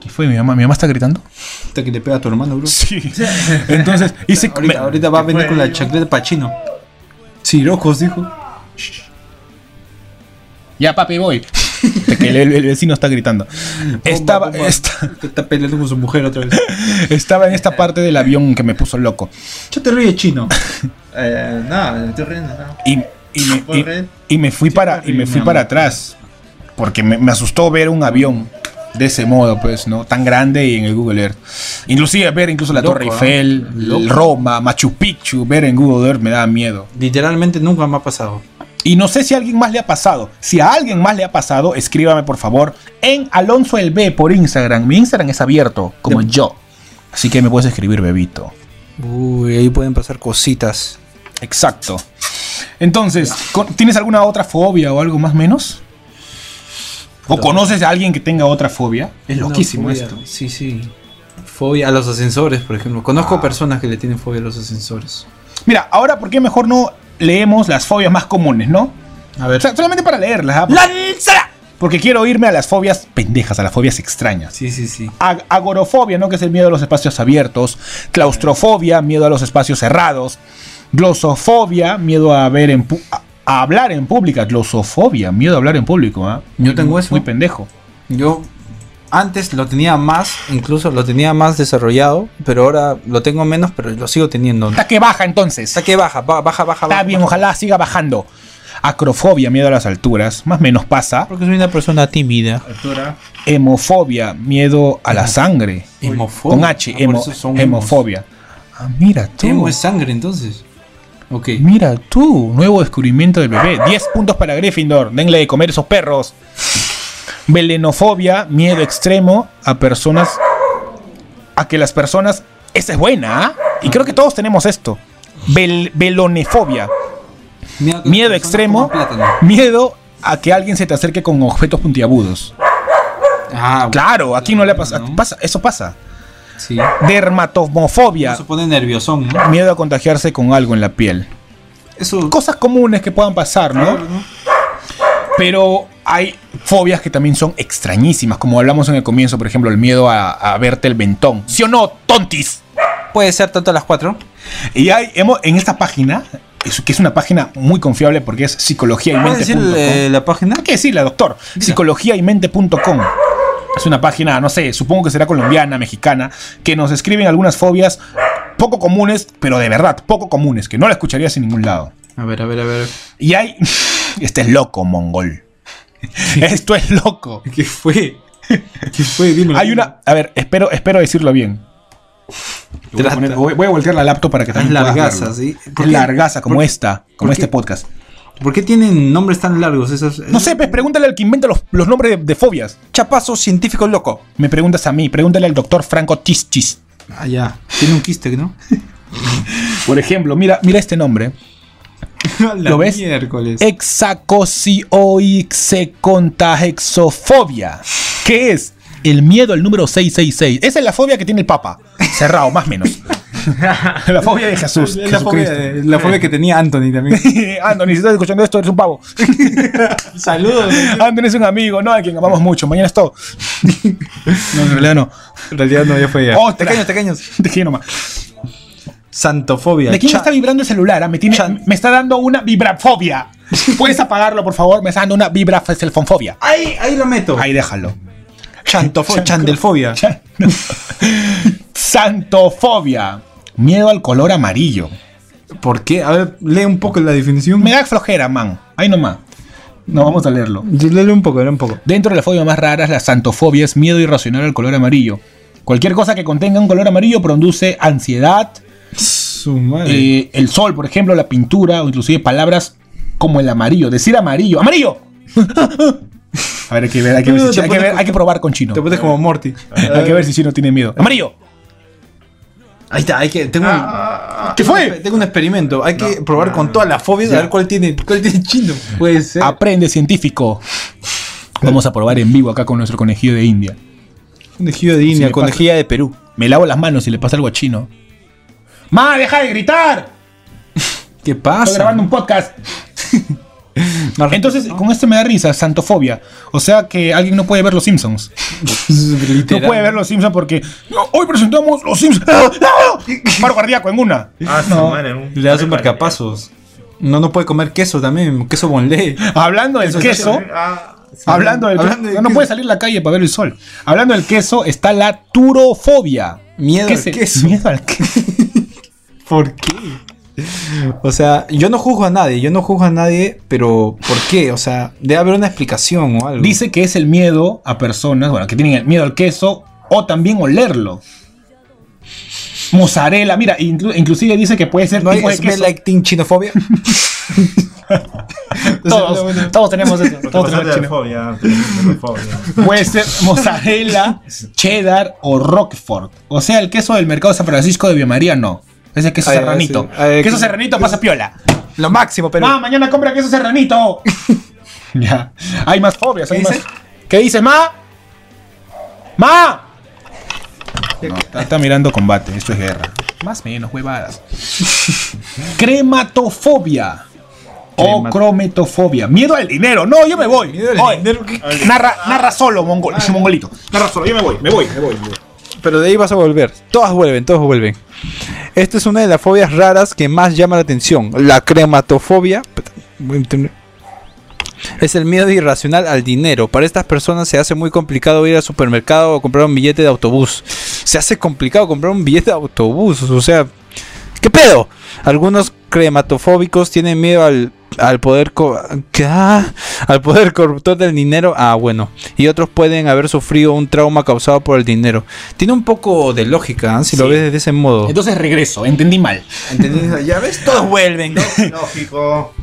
¿Qué fue mi mamá? ¿Mi mamá está gritando?
Puta que le pega a tu hermano, bro.
Sí. Entonces, hice...
ahorita,
me-
ahorita va a venir
fue?
con la chancleta de Pachino. Sirocos, dijo.
Ya, papi, voy. que el, el vecino está gritando. Estaba,
Bomba, bomba.
esta-
Está peleando con su mujer otra vez.
estaba en esta parte del avión que me puso loco.
Yo te ríes chino.
Eh, no, estoy riendo. No.
Y, y me, y-
Corre.
y me fui para, y me fui para atrás. Porque me, me asustó ver un avión de ese modo, pues, ¿no? Tan grande y en el Google Earth. Inclusive ver incluso la
Loco,
Torre
¿ah?
Eiffel,
Loco.
Roma, Machu Picchu, ver en Google Earth me da miedo.
Literalmente nunca me ha pasado.
Y no sé si a alguien más le ha pasado. Si a alguien más le ha pasado, escríbame por favor en Alonso el B por Instagram. Mi Instagram es abierto, como yo. Así que me puedes escribir, bebito.
Uy, ahí pueden pasar cositas.
Exacto. Entonces, con- ¿tienes alguna otra fobia o algo más menos? ¿O conoces a alguien que tenga otra fobia? Es loquísimo
Una fobia.
esto.
Sí, sí. Fobia a los ascensores, por ejemplo. Conozco personas que le tienen fobia a los ascensores.
Mira, ahora, ¿por qué mejor no leemos las fobias más comunes, no?
A ver.
O sea, solamente para leerlas. ¿ah? Porque quiero irme a las fobias pendejas, a las fobias extrañas.
Sí, sí, sí.
Ag- agorofobia, ¿no? Que es el miedo a los espacios abiertos. Claustrofobia, miedo a los espacios cerrados. Glosofobia, miedo a ver en pu- a a hablar en público. Glosofobia, miedo a hablar en público, ¿ah?
Yo tengo eso.
Muy pendejo.
Yo antes lo tenía más, incluso lo tenía más desarrollado, pero ahora lo tengo menos, pero lo sigo teniendo.
Hasta que baja entonces.
Hasta que baja, ba- baja, baja,
Está
baja.
bien, ojalá siga bajando. Acrofobia, miedo a las alturas, más menos pasa.
Porque soy una persona tímida.
Altura.
Hemofobia, miedo a la sangre.
Hemofobia.
Con H,
Ah, por
hemo-
eso son
hemofobia. Ah, mira
hemos. Hemo
tú.
es sangre, entonces. Ok.
Mira tú, nuevo descubrimiento del bebé. 10 puntos para Gryffindor. Denle de comer esos perros. Velenofobia, miedo extremo a personas. A que las personas. Esa es buena, ¿ah? Y creo que todos tenemos esto. Vel- velonefobia.
Miedo, que
Miedo
las personas
extremo.
coman plátano.
Miedo a que alguien se te acerque con objetos puntiagudos.
Ah,
Claro, aquí no le pasa.
¿no?
pasa- Eso pasa.
Sí. Uno
Dermatomofobia.
se pone nerviosón, ¿no?
Miedo a contagiarse con algo en la piel.
Eso.
Cosas comunes que puedan pasar, ¿no? Pero hay fobias que también son extrañísimas, como hablamos en el comienzo, por ejemplo, el miedo a, a verte el ventón. ¿Sí o no, tontis?
Puede ser tanto a las cuatro.
Y hay, hemos, en esta página, es- que es una página muy confiable porque Ah, es psicología y
¿Puedes decir eh,
mente.com.
la página?
Hay que decirla, doctor. Psicología y mente.com. Es una página, no sé, supongo que será colombiana, mexicana, que nos escriben algunas fobias poco comunes, pero de verdad, poco comunes, que no la escucharías en ningún lado.
A ver, a ver, a ver.
Y hay. Este es loco, mongol. Esto es loco.
¿Qué fue? ¿Qué fue? Dímelo.
Hay una. A ver, espero, espero decirlo bien. Voy a, poner- voy- voy a voltear la laptop para que
Tan
también puedas
largaza,
verlo.
¿sí? ¿Por
Es
qué-
largaza, como
por-
esta, como
por
este
qué?
podcast.
¿Por qué tienen nombres tan largos esas?
No sé, pues pregúntale al que inventa los, los nombres de, de fobias.
Chapazo científico loco.
Me preguntas a mí, pregúntale al doctor Franco Chischis.
Ah, ya. Tiene un quiste, ¿no?
Por ejemplo, mira, mira este nombre.
A la
¿Lo ves?
Miércoles.
Hexacosioixecontagexofobia. ¿Qué es? El miedo al número 666. Esa es la fobia que tiene el Papa. Cerrado, más o menos. la fobia de Jesús.
Es la fobia,
Jesucristo.
de- la fobia que tenía Anthony también.
Anthony, si estás escuchando esto, eres un pavo.
Saludos.
Anthony es un amigo, no, a quien amamos mucho. Mañana es todo. no, en realidad no.
En realidad no, ya fue ya.
Otra.
Pequeños, pequeños.
Te quiero nomás.
Santofobia.
¿De quién me
Cha-
está vibrando el celular? ah? Me, tiene-
Chan.
me está dando una vibrafobia. ¿Puedes apagarlo, por favor? Me está dando una vibrafelfonfobia.
Ahí, ahí lo meto.
Ahí déjalo.
Chantofo- chandelfobia.
Ya, no. Santofobia. Miedo al color amarillo.
¿Por qué? A ver, lee un poco la definición.
Me da flojera, man. Ahí nomás. No, vamos a leerlo.
Lee un poco, lee un poco.
Dentro de las fobias más raras, la santofobia es miedo irracional al color amarillo. Cualquier cosa que contenga un color amarillo produce ansiedad,
Su madre.
eh, el sol, por ejemplo, la pintura o inclusive palabras como el amarillo. Decir amarillo, amarillo. A ver, hay que ver, hay que ver, si
No,
chi-
te
hay que, ver-
pones-
hay que probar con chino.
Te pones como Morty.
Hay que ver si chino tiene miedo. Amarillo.
Ahí está, hay que. Tengo
Ah.
Ah.
un,
¿Qué fue?
Tengo un experimento. Hay que probar con todas las fobias a ver cuál tiene, cuál tiene chino.
Puede ser.
Aprende científico. Vamos a probar en vivo acá con nuestro conejillo de India.
Conejillo de
Si
India,
me
conejillo.
de Perú.
Me lavo las manos y le pasa algo a chino. ¡Ma, deja de gritar!
¿Qué
Estoy
pasa?
grabando un podcast.
Más
Entonces, con esto me da risa, santofobia. O sea que alguien no puede ver los Simpsons. No
literal.
puede ver los Simpsons porque "No, hoy presentamos los Simpsons. ¡Ah, Paro cardíaco en una.
Ah, su madre,
Le das un marcapasos. No, no puede comer queso también, queso bonlé.
Hablando del queso.
Ah, sí.
Hablando del
¿eh? Hablando del
queso. No, no
queso.
puede salir a la calle para ver el sol. Hablando del queso, está la turofobia.
Miedo
¿Qué
al
es el-
queso.
Miedo al queso.
¿Por qué? O sea, yo no juzgo a nadie, yo no juzgo a nadie, pero ¿por qué? O sea, debe haber una explicación o algo.
Dice que es el miedo a personas, bueno, que tienen el miedo al queso o también olerlo. Mozzarella, mira, inclu- inclusive dice que puede ser
no hay
tipo de
smell
queso.
like teen chinofobia.
todos, todos tenemos eso.
Porque
todos
pasaste
tenemos
de la
chino.
fobia. de la fobia.
Puede ser mozzarella, cheddar o roquefort. O sea, el queso del mercado de San Francisco de Villa María no. Ese queso
Ah, ya,
serranito.
sí. Ah, ya,
queso
que-
serranito pasa piola.
Lo máximo, pero.
Ma, mañana compra queso serranito. ya. Hay más fobias, hay
¿Qué
más.
dice?
¿Qué dice, ma? ¡Ma! No, está, está mirando combate, esto es guerra. Más menos, huevadas. Crematofobia. O
Cremat-
crometofobia. Miedo al dinero. No, yo me voy.
Miedo al
Oye,
dinero, ¿qué- qué?
narra, narra solo, mongol, mongolito. Narra solo, yo me voy, me voy, me voy. me voy.
Pero de ahí vas a volver. Todas vuelven, todas vuelven. Esta es una de las fobias raras que más llama la atención. La crematofobia. Es el miedo irracional al dinero. Para estas personas se hace muy complicado ir al supermercado o comprar un billete de autobús. Se hace complicado comprar un billete de autobús. O sea, ¿qué pedo? Algunos crematofóbicos tienen miedo al, al poder co- ¿qué? Ah, al poder corruptor del dinero. Ah, bueno. Y otros pueden haber sufrido un trauma causado por el dinero. Tiene un poco de lógica, ¿eh? si lo
Sí.
ves desde ese modo.
Entonces regreso, entendí mal.
¿Entendés? Ya ves, todos vuelven.
Lógico.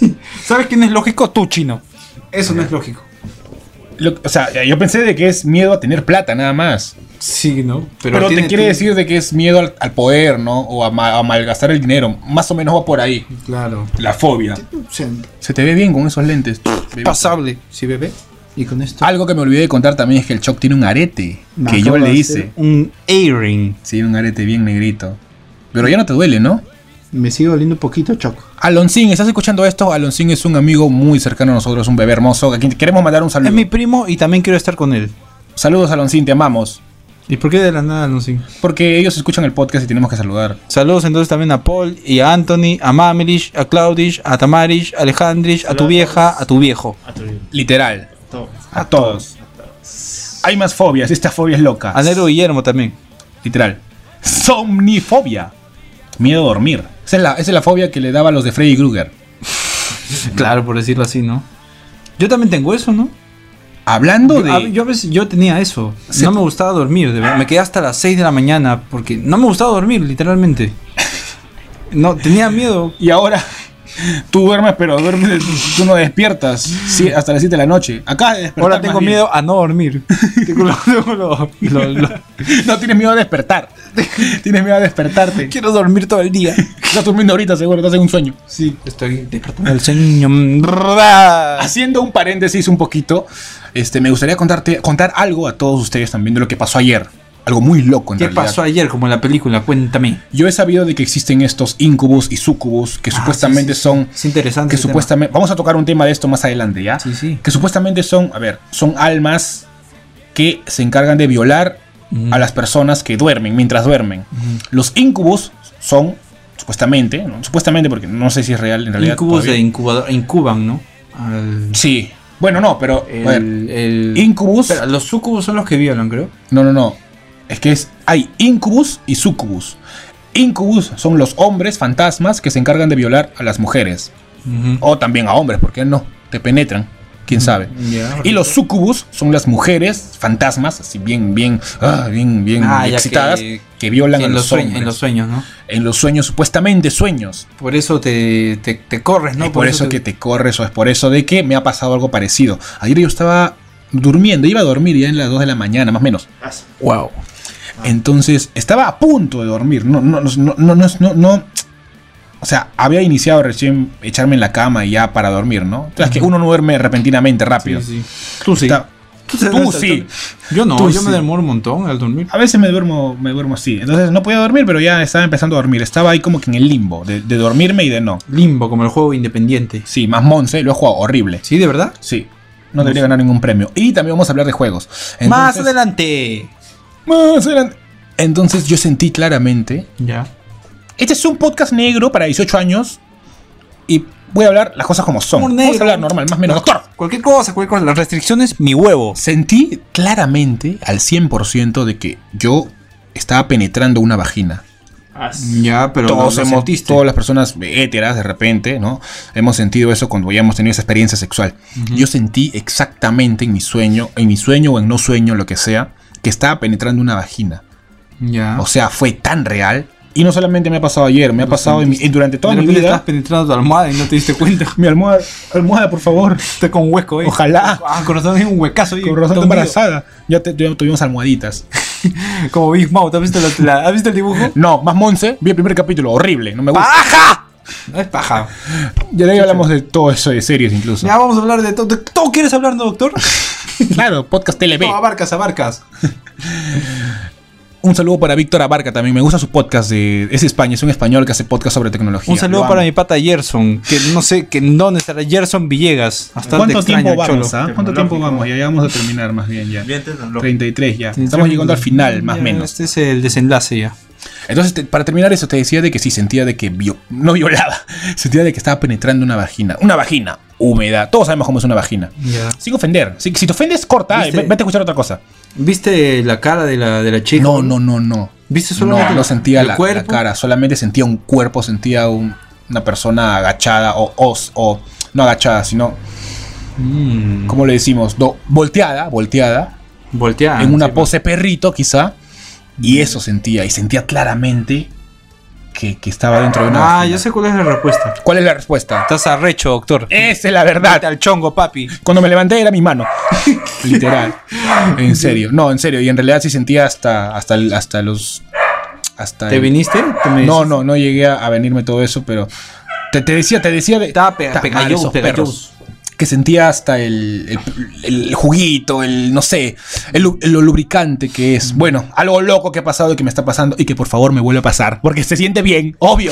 ¿Sabes quién es lógico? Tú, chino.
Eso no es lógico.
Lo- o sea, yo pensé de que es miedo a tener plata, nada más.
Sí, ¿no?
Pero,
tiene-
te quiere
tiene-
decir de que es miedo al, al poder, ¿no? O a, ma- a malgastar el dinero. Más o menos va por ahí.
Claro.
La fobia.
O sea,
Se te ve bien con esos lentes.
Pasable.
sí, bebé. Y con esto.
Algo que me olvidé de contar también es que el Choc tiene un arete.
Me
que yo
acabo
le
de
hice.
hacer
Un A-ring.
Sí, un arete bien negrito. Pero ya no te duele, ¿no?
Me sigue doliendo un poquito, Choco.
Alonsín, ¿estás escuchando esto? Alonsín es un amigo muy cercano a nosotros, un bebé hermoso. A quien queremos mandar un saludo.
Es mi primo y también quiero estar con él.
Saludos, Alonsín, te amamos.
¿Y por qué de la nada no sigue?
Porque ellos escuchan el podcast y tenemos que saludar.
Saludos entonces también a Paul y a Anthony, a Mamilish, a Claudish, a Tamarish, a Alejandrish, a tu
Saludos.
vieja, a tu viejo.
A tu-
Literal.
todo.
A todos. Hay más fobias. Esta fobia es loca.
A Nero Guillermo también.
Literal. Somnifobia. Miedo a dormir. Esa es, la, esa es la fobia que le daba a los de Freddy Krueger.
Claro, por decirlo así, ¿no? Yo también tengo eso, ¿no?
Hablando
Yo, a,
de.
yo a veces yo tenía eso.
Se-
No me gustaba dormir, de verdad. Me quedé hasta las 6 de la mañana porque no me gustaba dormir, literalmente. No, tenía miedo.
Y ahora tú duermes, pero duermes, tú no despiertas sí, hasta las 7 de la noche. Acá de despertar.
Ahora
más
tengo
bien.
miedo a no dormir. Tengo lo- tengo lo- lo- lo-
No tienes miedo a despertar. tienes miedo a despertarte.
quiero dormir todo el día.
Estás durmiendo ahorita, seguro, estás en un sueño.
Sí.
Estoy despertando el sueño.
Haciendo un paréntesis un poquito, este, me gustaría contarte, contar algo a todos ustedes también de lo que pasó ayer. Algo muy loco en
¿Qué
realidad.
pasó ayer como en la película? Cuéntame.
Yo he sabido de que existen estos incubos y sucubos que supuestamente
Ah, sí, sí.
son.
Es interesante.
Que
ese tema.
supuestamente. Vamos a tocar un tema de esto más adelante, ¿ya?
Sí, sí.
Que supuestamente son. A ver, son almas que se encargan de violar
Ujú.
a las personas que duermen mientras duermen. Los incubos son. Supuestamente, ¿no? supuestamente porque no sé si es real en realidad.
Incubos
todavía.
de incubador, incuban, ¿no? Al-
Sí. Bueno, no, pero. a ver,
el- el-
incubus.
Espera, los sucubos son los que violan, creo.
No, no, no. Es que es, hay incubus y sucubus. Incubus son los hombres fantasmas que se encargan de violar a las mujeres. O también a hombres, porque no, te penetran, quién sabe.
Ya.
Y los sucubus son las mujeres fantasmas, así bien, bien, ah, bien, bien
Ah, ya
excitadas, que,
que-
violan
Sí,
a
en, los
los
sueños,
hombres.
en los sueños, ¿no?
sueños, supuestamente sueños.
Por eso te, te, te corres, ¿no?
Y por, eso, que te corres, o es por eso de que me ha pasado algo parecido. Ayer yo estaba durmiendo, iba a dormir ya en las 2 de la mañana, más o menos.
Wow.
Entonces estaba a punto de dormir. No, no, no, no, no, no, no, no. O sea, había iniciado recién echarme en la cama y ya para dormir, ¿no? O sea, es que uno no duerme repentinamente rápido.
Tú sí.
Está-
te
tú
duermes al
sí.
dormir. Yo no,
Tú
yo
sí.
me demoro un montón al dormir.
A veces me duermo, me duermo así. Entonces no podía dormir, pero ya estaba empezando a dormir. Estaba ahí como que en el limbo, de, de dormirme y de no.
Limbo, como el juego independiente.
Sí, más Monse, lo he jugado horrible.
¿Sí, de verdad?
Sí. No debería ganar ningún premio. Y también vamos a hablar de juegos.
Más
Entonces-
adelante.
Más adelante. Entonces yo sentí claramente
Ya.
Este es un podcast negro para 18 años y voy a hablar las cosas como son.
Humor
Vamos a
negro.
hablar normal, más o menos. Doctor,
Cualquier cosa, cualquier cosa. Las restricciones, mi huevo.
sentí claramente al 100% de que yo estaba penetrando una vagina.
Ya, pero
Todos
lo- lo
hemos,
sentiste.
todas las personas héteras de repente, ¿no? Hemos sentido eso cuando ya hemos tenido esa experiencia sexual. Yo sentí exactamente en mi sueño, en mi sueño o en no sueño, lo que sea, que estaba penetrando una vagina.
Ya.
O sea, fue tan real. Y no solamente me ha pasado ayer, me ha pasado en mi- durante toda
de
mi
repente
vida.
estás penetrando tu almohada y no te diste cuenta.
Mi almohada, almohada, por favor.
Estás con un hueco, eh.
Ojalá.
Ah, con razón es un huecazo, eh.
Con razón está
Está hundido.
embarazada. Ya, te- ya tuvimos almohaditas.
Como Big Mouth. ¿Has visto, la- la- ¿has visto el dibujo?
No, más Monse. Vi el primer capítulo. Horrible. No me gusta.
¡Paja! No es paja.
Ya de ahí hablamos de todo eso de series incluso.
Ya vamos a hablar de todo. de- ¿Todo quieres hablar, no, doctor?
Claro, podcast TLB.
No, abarcas, abarcas.
Un saludo para Víctor Abarca también. Me gusta su podcast. De, es España. Es un español que hace podcast sobre tecnología.
Un saludo
Lo
para
amo.
mi pata Gerson, que no sé que en dónde estará Gerson Villegas. Hasta
¿Cuánto tiempo
extraño,
vamos?
Cholo.
ah? ¿Cuánto tiempo vamos? Ya, ya vamos a terminar más bien ya.
Bien tecnológico.
33 ya. Estamos llegando al final, más o
Ya,
menos.
Este es el desenlace ya.
Entonces, te- para terminar eso, te decía de que sí, sentía de que vio- no violaba. Sentía de que estaba penetrando una vagina. Una vagina húmeda. Todos sabemos cómo es una vagina. Sin ofender. Si, si te ofendes, corta. eh,
¿Viste?
ve- Vete a escuchar otra cosa.
¿Viste la cara de la, de la chica?
No, no, no, no.
¿Viste solamente
No, no sentía
el
la, la
cuerpo?
cara. Solamente sentía un cuerpo, sentía un- una persona agachada o, o, o no agachada, sino,
Mm,
¿cómo le decimos? Do- volteada, volteada.
volteada.
en una
Ah, sí,
pose perrito, quizá. Y eso sentía. Y sentía claramente que, que estaba dentro de una.
Ah,
vagina.
yo sé cuál es la respuesta.
¿Cuál es la respuesta?
Estás arrecho, doctor.
Esa es la verdad.
Date al chongo, papi.
Cuando me levanté era mi mano. Literal. En serio. No, en serio. Y en realidad sí sentía hasta, hasta, el- hasta los. Hasta
¿Te
el-
viniste? ¿Te me
No, no, no llegué a, a venirme todo eso, pero. Te, te decía, te decía de.
Estaba pe-
Ta madre,
pegayos,
esos
pegayos.
perros. Que sentía hasta el, el- el juguito, el no sé, el, lu- lo lubricante que es. Bueno, algo loco que ha pasado y que me está pasando y que por favor me vuelva a pasar, porque se siente bien, obvio.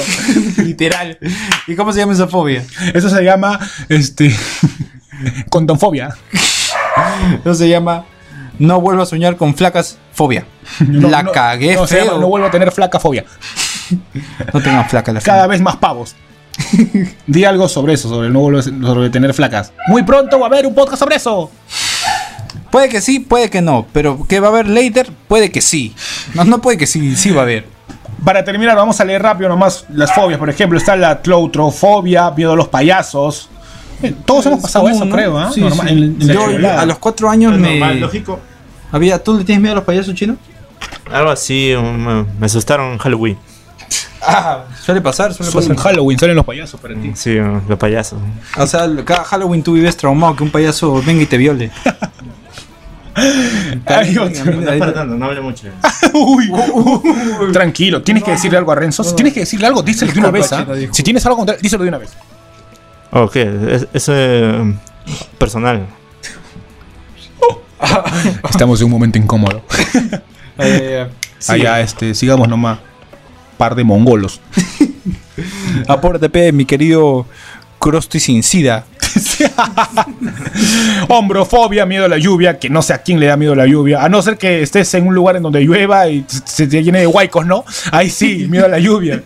Literal. ¿Y cómo se llama esa fobia?
Eso se llama, este, condonfobia.
Eso se llama No vuelvo a soñar con flacas fobia.
No,
la
no,
cagué
no, se
feo.
llama, no vuelvo a tener flaca fobia.
No tengan flaca la
Cada vez más pavos. Di algo sobre eso, sobre el no vuelvo a- sobre tener flacas. Muy pronto va a haber un podcast sobre eso.
fobia. Puede que sí, puede que no. Pero que va a haber later, puede que sí. No, no puede que sí, sí va a haber.
Para terminar, vamos a leer rápido nomás las fobias. Por ejemplo, está la claustrofobia, miedo a los payasos. Eh, Todos hemos pasado
común,
eso,
¿no?
creo, ¿ah?
Sí,
Normal-
sí.
en- en la
Yo
escuela.
a los cuatro años me...
normal, lógico.
Había, ¿Tú le tienes miedo a los payasos chinos?
Algo así, um, me, me asustaron en Halloween.
Ah, Suele pasar, suele
Son
pasar.
Halloween, salen los payasos para ti.
Sí, um, los payasos.
O sea, cada Halloween tú vives traumado que un payaso venga y te viole.
Hay otro.
Ahí-
Fernando, no hable mucho.
Uy, Tranquilo, tienes que decirle algo a Renzo. Si tienes que decirle algo, díselo de una vez. ¿ah?
Chino, disculpa.
Si tienes algo contra él, díselo de una vez.
Ok, es, es, eh, personal.
Estamos en un momento incómodo.
Eh,
Allá, este, sigamos nomás. Par de mongolos.
apórtate, pe, mi querido Crusty sin sida.
Hombrofobia, miedo a la lluvia, que no sé a quién le da miedo la lluvia, a no ser que estés en un lugar en donde llueva y se te llene de huaicos, ¿no? Ahí sí, miedo a la lluvia.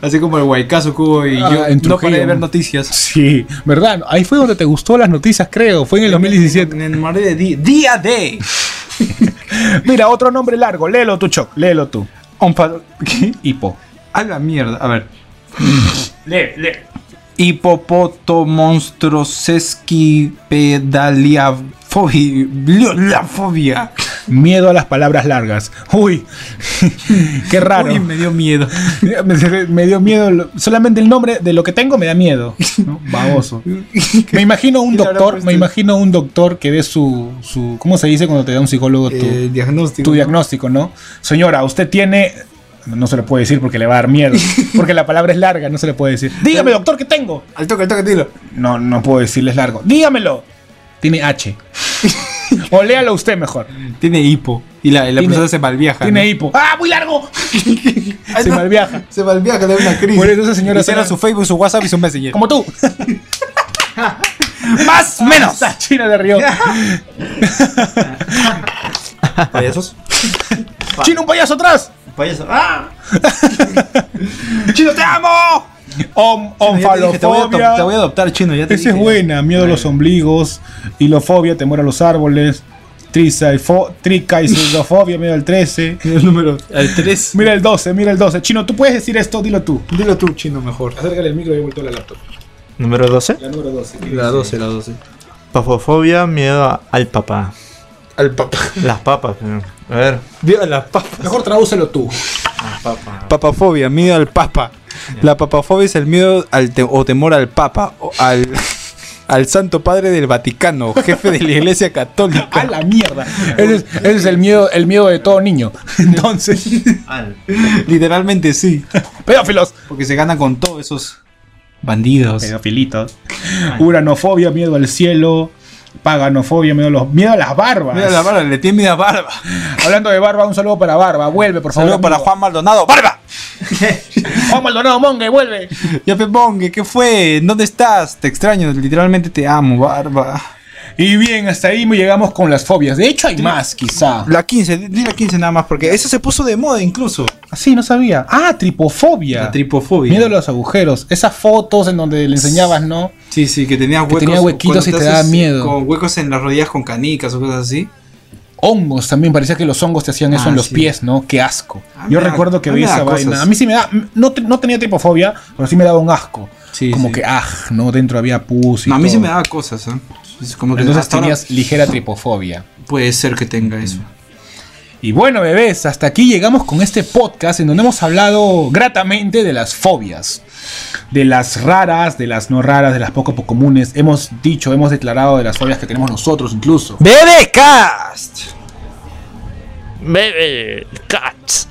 Así como el Guaycazo Cubo y
Ah,
yo
en
no
Trujillo.
paré de ver noticias.
Sí, ¿verdad? Ahí fue donde te gustó las noticias, creo, fue en el 2017.
En el mar de di- día de.
Mira, otro nombre largo, léelo tú, Choc, léelo tú.
Ompa- ¿Qué?
Hipo.
A la mierda. A ver. Hipopoto monstroseski pedaliafobia. fobia.
Miedo a las palabras largas. Uy, qué raro.
Uy, me dio miedo.
Me- Me dio miedo, lo- solamente el nombre de lo que tengo me da miedo. ¿no? Baboso. Me imagino un
¿Qué le habrá
doctor,
puesto?
me imagino un doctor que dé su, su ¿cómo se dice cuando te da un psicólogo tu,
Eh, diagnóstico.
tu diagnóstico, no? Señora, usted tiene no se lo puede decir porque le va a dar miedo, porque la palabra es larga, no se le puede decir. Dígame, doctor, ¿qué tengo?
Al toque, al toque, tiro.
No, no puedo decirle es largo. Dígamelo. Tiene H. O léalo usted mejor.
Tiene hipo. Y la, y la
Tiene-
persona se malviaja.
Tiene hipo. ¡Ah, muy largo!
Ay,
Se
no.
malviaja.
Se malviaja de una crisis.
Por eso esa señora
Y cierra
será-
su Facebook, su WhatsApp y su Messenger.
Como tú.
Más menos.
Esa China de Río.
¿Payasos?
¡Chino, un payaso atrás!
Payasos. ¡Ah!
¡Chino, te amo!
Om,
Ya te dije, te voy a adop-
omfalofobia.
Te voy a adoptar, chino. Ya te
Esa es
dije.
buena, miedo a los ombligos, hilofobia, temor a los árboles, trisaifo- tricaisofobia, miedo al 13.
El número. El 3.
Mira el 12, mira el 12. Chino, tú puedes decir esto, dilo tú.
Dilo tú, chino, mejor.
Acércale el micro y he vuelto a la laptop.
Número 12.
La número 12.
La 12, la 12.
Papofobia, miedo a- al papá.
Al papá.
Las papas. pero- A ver.
Vio a la papa.
Mejor tradúcelo tú.
Papafobia, miedo al papa. La papafobia es el miedo al te- o temor al papa, o al, al santo padre del Vaticano, jefe de la iglesia
¡A
católica.
la mierda! Ese es, ese es el, miedo, el miedo de todo niño. Entonces,
Al.
Literalmente sí,
pedófilos.
porque se gana con todos esos bandidos.
Pedofilitos. Uranofobia, miedo al cielo. Paganofobia, miedo a, los, miedo a las barbas.
Mira la barba, le tiene miedo a barba.
Hablando de barba, un saludo para Barba. Vuelve, por favor.
Saludos para
amigo.
Juan Maldonado. ¡Barba!
Juan Maldonado Monge, vuelve.
Ya Pepongue, ¿qué fue? ¿Dónde estás? Te extraño, literalmente te amo, barba.
Y bien, hasta ahí llegamos con las fobias. De hecho, hay más, quizá.
La 15, di di la 15 nada más, porque eso se puso de moda incluso.
Sí, no sabía. Ah, tripofobia.
La tripofobia.
Miedo a los agujeros. Esas fotos en donde le enseñabas, ¿no?
Sí, sí, que tenía huecos.
tenía huequitos
cuando
y te
haces,
daba miedo.
Con huecos en las rodillas con canicas o cosas así.
Hongos también. Parecía que los hongos te hacían eso
Ah,
en los
sí.
pies, ¿no? Qué asco.
A mí
Yo
me da-
recuerdo que
a mí
vi
me da
esa
cosas.
vaina. A mí sí me da. No, te- no tenía tripofobia, pero sí me daba un asco.
Sí,
como
sí.
que, ah, ¿no? Dentro había pus y
No, a mí sí
todo.
me daba cosas, ¿eh? Es como que
Entonces
hasta ahora
tenías ligera tripofobia.
puede ser que tenga eso.
Y bueno, bebés, hasta aquí llegamos con este podcast en donde hemos hablado gratamente de las fobias. De las raras, de las no raras, de las poco poco comunes. Hemos dicho, hemos declarado de las fobias que tenemos nosotros incluso.
¡BBcast!
Bebe. Cats.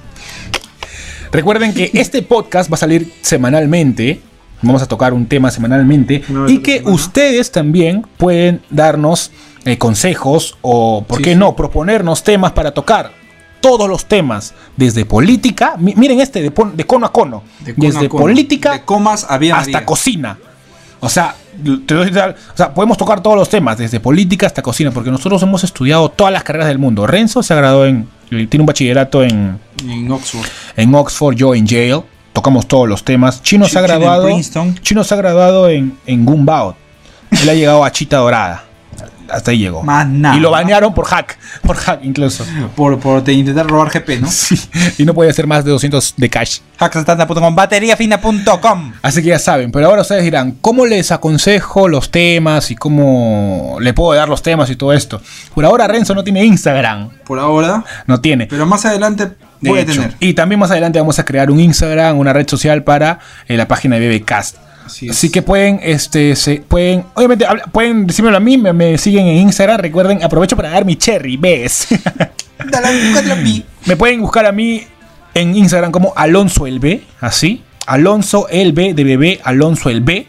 Recuerden que este podcast va a salir semanalmente. Vamos a tocar un tema semanalmente.
Una vez
Y
a la
que
semana.
ustedes también pueden darnos eh, consejos o, ¿por
Sí,
qué
sí.
no?, proponernos temas para tocar. Todos los temas, desde política, mi- miren este, de, pon- de cono a cono, desde política
De comas había
hasta cocina. O sea, te doy- o sea, podemos tocar todos los temas, desde política hasta cocina, porque nosotros hemos estudiado todas las carreras del mundo. Renzo se graduó en. tiene un bachillerato en,
En Oxford.
en Oxford, yo en Yale. Tocamos todos los temas. Chino se ha
Chino en
graduado.
Princeton.
Chino se ha graduado en, en Gumbaot. Él ha llegado a Chita Dorada. Hasta ahí llegó.
Más nada.
Y lo banearon por hack. Por hack, incluso.
Por, por te- intentar robar GP, ¿no?
Sí. Y no podía ser más de 200 de cash.
Hackstanda.com, bateriafina.com.
Así que ya saben, pero ahora ustedes dirán, ¿cómo les aconsejo los temas y cómo le puedo dar los temas y todo esto? Por ahora Renzo no tiene Instagram,
Por ahora,
no tiene.
pero más adelante
de
voy a
hecho.
tener.
Y también más adelante vamos a crear un Instagram, una red social para eh, la página de BBcast.
Así es.
Así que pueden, este, se, pueden, obviamente, habla- pueden decírmelo a mí, me, me siguen en Instagram, recuerden, aprovecho para dar mi cherry, ¿ves?
Dale, búscatelo a mí.
Me pueden buscar a mí en Instagram como Alonso el B, así. Alonso el B de bebé, Alonso el B.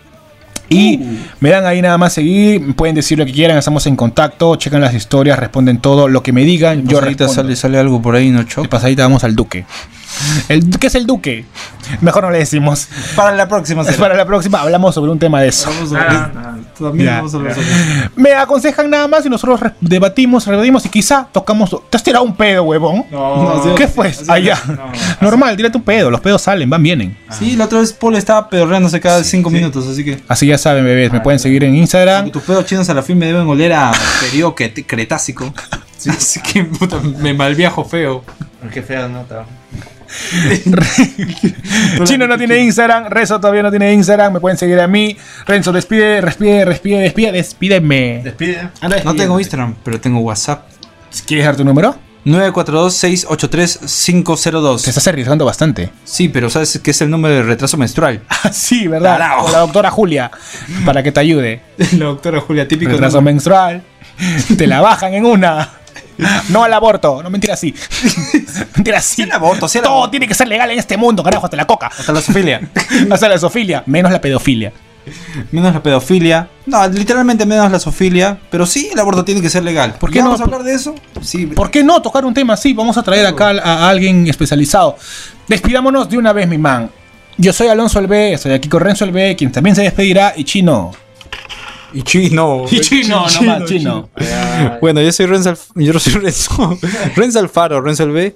Y
Uh.
me dan ahí nada más seguir, pueden decir lo que quieran, estamos en contacto, checan las historias, responden todo, lo que me digan, yo
ahorita
respondo.
sale, sale algo por ahí, no
De
choca.
pasadita vamos al duque. El, ¿Qué es el duque? Mejor no le decimos.
Para la próxima
Es Para la próxima hablamos sobre un tema de eso.
Vamos a hablar- también
Ya.
vamos a hablar sobre-
Me aconsejan nada más y nosotros re- debatimos, rebatimos y quizá tocamos... ¿Te has tirado un pedo, huevón?
No, sí,
¿Qué fue?
sí,
Allá.
no.
Normal, tírate un pedo. Los pedos salen, van, vienen.
Sí, la otra vez Paul estaba pedorreándose cada cinco minutos, así que.
Así ya saben, bebés.
Ah,
Me pueden seguir en Instagram.
Tus pedos chinos a la fin me deben oler a periodo cret- cretácico. Así que puta, me malviajo feo.
Qué fea nota.
Chino no tiene Instagram. Rezo todavía no tiene Instagram. Me pueden seguir a mí. Renzo, despide, respide, respide, despide, despídeme.
Despide.
No tengo Instagram, pero tengo WhatsApp.
¿Quieres dar tu número?
942-683-502.
Te estás arriesgando bastante.
Sí, pero ¿sabes qué es el número de retraso menstrual?
Sí, ¿verdad?
Tarao.
Con La doctora Julia, para que te ayude.
La doctora Julia, típico.
Retraso
número.
menstrual. Te la bajan en una. No al aborto. No, mentira, sí. mentira, sí.
el aborto, sí el
Todo
aborto.
tiene que ser legal en este mundo, carajo, hasta la coca.
Hasta la sofilia.
Hasta la zoofilia, menos la pedofilia.
menos la pedofilia. No, literalmente menos la sofilia. Pero sí, el aborto tiene que ser legal. ¿Por
qué
qué
no?
vamos a hablar de eso? Sí,
¿Por qué no tocar un tema así? Vamos a traer acá a, a alguien especializado. Despidámonos de una vez, mi man. Yo soy Alonso el B, estoy aquí con Renzo el B, quien también se despedirá, y Chino.
Y chino.
Chino, nomás, Chino.
Bueno, yo soy Renzo, Alf- yo soy Renzo, Renzo Alfaro, Renzo el B.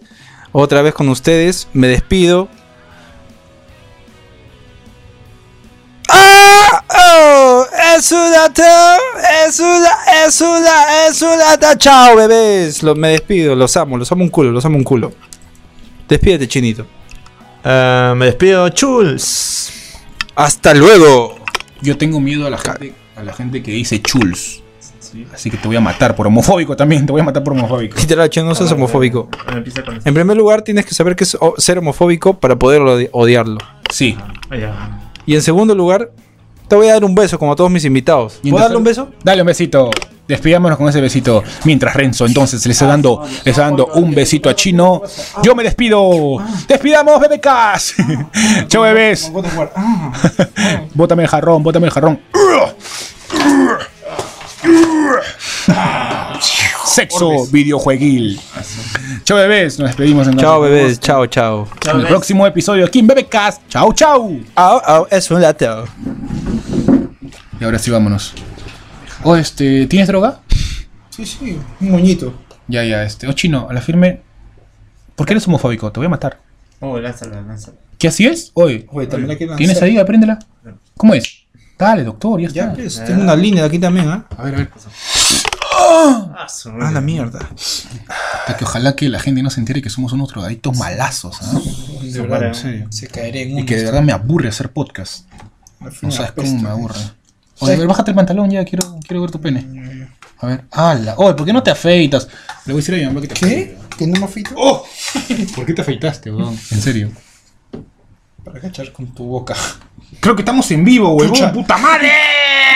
Otra vez con ustedes, me despido. ¡Ah! ¡Oh! ¡Es una ta- ¡Es una, es una, es una ta- ¡Chao, bebés! Lo- me despido, los amo, los amo un culo, los amo un culo. Despídete, chinito.
Ah, me despido, Chuls.
¡Hasta luego!
Yo tengo miedo a la gente, a la gente que dice chuls. Así que te voy a matar por homofóbico también, te voy a matar por homofóbico.
Literal, che, no seas homofóbico.
Ah, Empieza con eso.
En primer lugar, tienes que saber que es o- ser homofóbico para poder odi- odiarlo.
Sí.
Ah, ya.
Y en segundo lugar, te voy a dar un beso como a todos mis invitados.
¿Y
¿Puedo
entonces-
darle un beso?
Dale un besito. Despidámonos con ese besito. Mientras Renzo entonces le está dando, le está dando un besito a Chino. Yo me despido. Despidamos, bebecas. Chau, bebés.
Ah.
Bótame el jarrón, bótame el jarrón. Sexo videojueguil. Chau, bebés. Nos despedimos entonces.
Chao, bebés. Chao, chao.
En el próximo episodio aquí en Bebecas. Chau, chau.
Au, au, Ah, es un lato.
Y ahora sí, vámonos. Oh, este, ¿tienes droga?
Sí, sí, un moñito.
Ya, ya, este. Oh, chino, a la firme. ¿Por qué eres homofóbico? Te voy a matar.
Oh, lánzala, lánzala.
¿Qué así es? Oye,
Oye, también la quiero lanzar.
¿tienes ahí? Apréndela. ¿Cómo es? Dale, doctor, ya
Ya,
está.
pues, tengo una línea de aquí también, ¿ah?
A ver, a ver.
Ah, su
A la mierda.
Hasta que ojalá que la gente no se entere que somos unos drogadictos malazos, ¿ah?
De
verdad, en
serio. Se caeré en
Y que de verdad me aburre hacer podcast. No sabes cómo me aburre. Oye, a ver, bájate el pantalón ya, quiero, quiero ver tu
Mm.
pene. A ver, ala. Oye, ¿por qué no te afeitas? Le voy a decir a mi mamá que te afeites.
¿Que no me afeito?
¿Por qué te afeitaste, weón? En serio.
Para cachar con tu boca.
Creo que estamos en vivo, weón. ¡Puta madre!